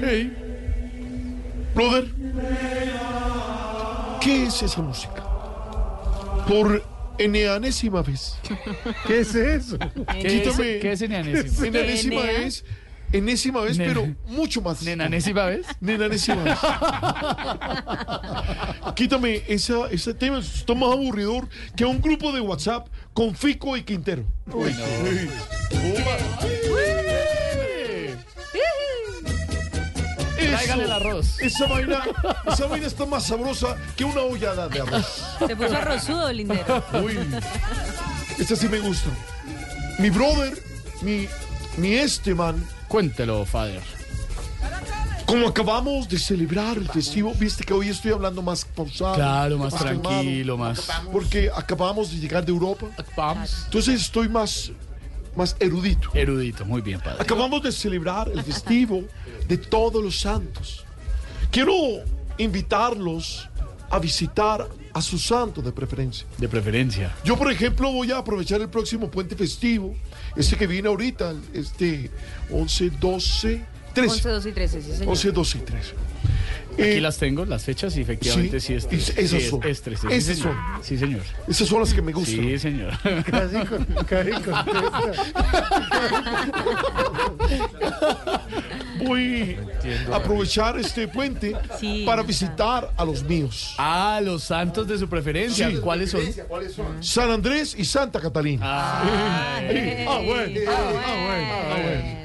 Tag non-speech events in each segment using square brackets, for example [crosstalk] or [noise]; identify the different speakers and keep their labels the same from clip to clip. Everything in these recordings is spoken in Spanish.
Speaker 1: Hey, brother, ¿qué es esa música? Por eneanésima vez.
Speaker 2: ¿Qué es eso?
Speaker 3: ¿Qué es,
Speaker 1: Quítame.
Speaker 3: qué es enanésima?
Speaker 1: Eneanésima
Speaker 4: ¿Enea?
Speaker 1: vez, enésima vez,
Speaker 3: Nena.
Speaker 1: pero mucho más.
Speaker 3: ¿Enanésima vez?
Speaker 1: Nenanésima vez. Quítame esa, ese tema, está más aburridor que un grupo de WhatsApp con Fico y Quintero. Uy, uy. Eso.
Speaker 3: Traigan el arroz.
Speaker 1: Esa vaina, esa vaina está más sabrosa que una hollada de arroz.
Speaker 4: Se puso arrozudo, [laughs] Lindero.
Speaker 1: Uy, esta Este sí me gusta. Mi brother, mi, mi este man,
Speaker 3: Cuéntelo, Father.
Speaker 1: como acabamos de celebrar el festivo, viste que hoy estoy hablando más pausado.
Speaker 3: Claro, más
Speaker 1: calmado,
Speaker 3: tranquilo, más...
Speaker 1: Porque acabamos de llegar de Europa,
Speaker 3: Vamos.
Speaker 1: entonces estoy más, más erudito.
Speaker 3: Erudito, muy bien, padre.
Speaker 1: Acabamos de celebrar el festivo de todos los santos. Quiero invitarlos a visitar a su santo de preferencia.
Speaker 3: De preferencia.
Speaker 1: Yo, por ejemplo, voy a aprovechar el próximo puente festivo, este que viene ahorita, este 11, 12,
Speaker 4: 11,
Speaker 1: 13.
Speaker 4: 12 y 13, sí, señor.
Speaker 1: 11, 12 y 13.
Speaker 3: Aquí
Speaker 1: Eh,
Speaker 3: las tengo, las fechas, y efectivamente sí,
Speaker 1: sí,
Speaker 3: es
Speaker 1: es-
Speaker 3: 13.
Speaker 1: esas
Speaker 3: sí,
Speaker 1: son.
Speaker 3: es, es 13. Sí,
Speaker 1: Esas
Speaker 3: señor. Sí, señor.
Speaker 1: Esas son las que me gustan.
Speaker 3: Sí, señor.
Speaker 2: Casi, con, casi contesta.
Speaker 1: Voy a [laughs] aprovechar este puente
Speaker 4: Sí.
Speaker 1: para visitar a los míos.
Speaker 3: Ah, los santos de su preferencia.
Speaker 1: Sí.
Speaker 3: ¿Cuáles son?
Speaker 1: San Andrés y Santa Catalina. [laughs]
Speaker 4: Ay,
Speaker 1: Ah, bueno.
Speaker 4: ah,
Speaker 1: Ah, bueno.
Speaker 4: bueno.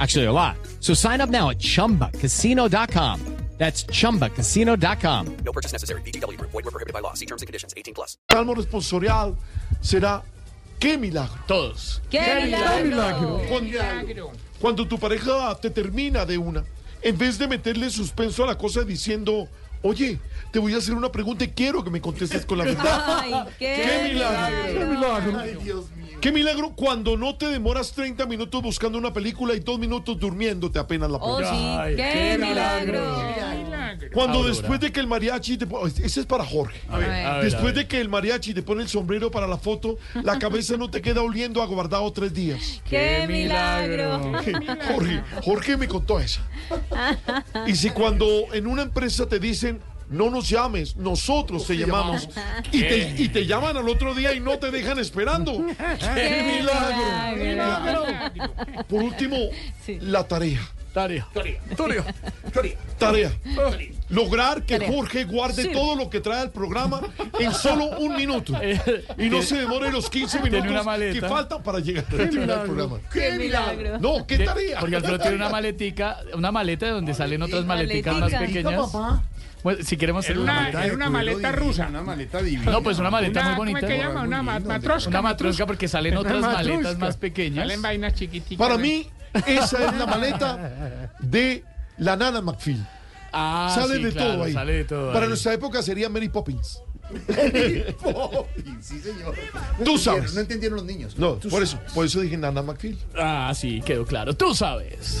Speaker 5: Actually, a lot. So sign up now at chumbacasino.com. That's chumbacasino.com.
Speaker 6: No purchase necessary. BGW. Void were prohibited by law. See terms and conditions. 18 plus.
Speaker 1: salmo responsorial será ¡Qué milagro!
Speaker 3: Todos.
Speaker 4: ¡Qué milagro!
Speaker 1: Cuando, cuando tu pareja te termina de una, en vez de meterle suspenso a la cosa diciendo, oye, te voy a hacer una pregunta y quiero que me contestes con la
Speaker 4: [laughs]
Speaker 1: verdad.
Speaker 4: ¡Ay, qué,
Speaker 1: ¡Qué milagro!
Speaker 4: milagro!
Speaker 1: ¡Qué milagro cuando no te demoras 30 minutos buscando una película y dos minutos durmiéndote apenas la
Speaker 4: ¡Oh,
Speaker 1: pones!
Speaker 4: sí!
Speaker 3: Ay,
Speaker 4: ¡Qué,
Speaker 3: qué
Speaker 4: milagro!
Speaker 1: Cuando
Speaker 3: Aurora.
Speaker 1: después de que el mariachi te pone... Ese es para Jorge.
Speaker 3: A ver, a
Speaker 1: Después
Speaker 3: ver.
Speaker 1: de que el mariachi te pone el sombrero para la foto, la cabeza no te queda oliendo a guardado tres días.
Speaker 4: ¡Qué milagro!
Speaker 1: Jorge, Jorge me contó esa. Y si cuando en una empresa te dicen, no nos llames, nosotros te llamamos, y te, y te llaman al otro día y no te dejan esperando.
Speaker 4: ¡Qué
Speaker 1: milagro!
Speaker 4: milagro!
Speaker 1: Por último,
Speaker 4: Sí.
Speaker 1: la tarea.
Speaker 3: Tarea.
Speaker 1: Tarea. Lograr que Jorge guarde todo lo que trae al programa en solo un minuto. Y no se demore los 15
Speaker 3: Eh, una
Speaker 1: minutos que
Speaker 3: maleta.
Speaker 1: faltan para llegar a terminar el programa.
Speaker 4: ¡Qué milagro!
Speaker 1: No, ¿qué tarea?
Speaker 3: Porque Alfredo tiene una maletica, una maleta de donde salen otras maleticas más
Speaker 4: Maletica.
Speaker 3: pequeñas. Bueno, si queremos hacer una,
Speaker 7: una- Era maleta rusa.
Speaker 2: Una maleta divina.
Speaker 3: No, pues una
Speaker 2: [laughs]
Speaker 3: maleta
Speaker 7: Una-
Speaker 3: muy
Speaker 7: ¿cómo es
Speaker 3: bonita.
Speaker 7: que llama? Una ma- matrosca.
Speaker 3: Una matrosca porque salen otras maletas
Speaker 2: matrosca.
Speaker 3: más pequeñas.
Speaker 7: Salen vainas chiquititas.
Speaker 1: Para mí, esa es la maleta de la nana McPhil.
Speaker 3: Ah,
Speaker 1: sale,
Speaker 3: sí,
Speaker 1: de
Speaker 3: claro,
Speaker 1: todo ahí.
Speaker 3: Sale de todo.
Speaker 1: Para
Speaker 3: ahí.
Speaker 1: nuestra época sería Mary Poppins.
Speaker 2: Sí, señor.
Speaker 1: Tú
Speaker 2: entendieron,
Speaker 1: sabes.
Speaker 2: No entendieron los niños.
Speaker 1: No,
Speaker 2: Tú
Speaker 1: por
Speaker 2: sabes.
Speaker 1: eso, por eso dije nana McPhil.
Speaker 3: Ah, sí, quedó claro. Tú sabes.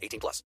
Speaker 6: 18 plus.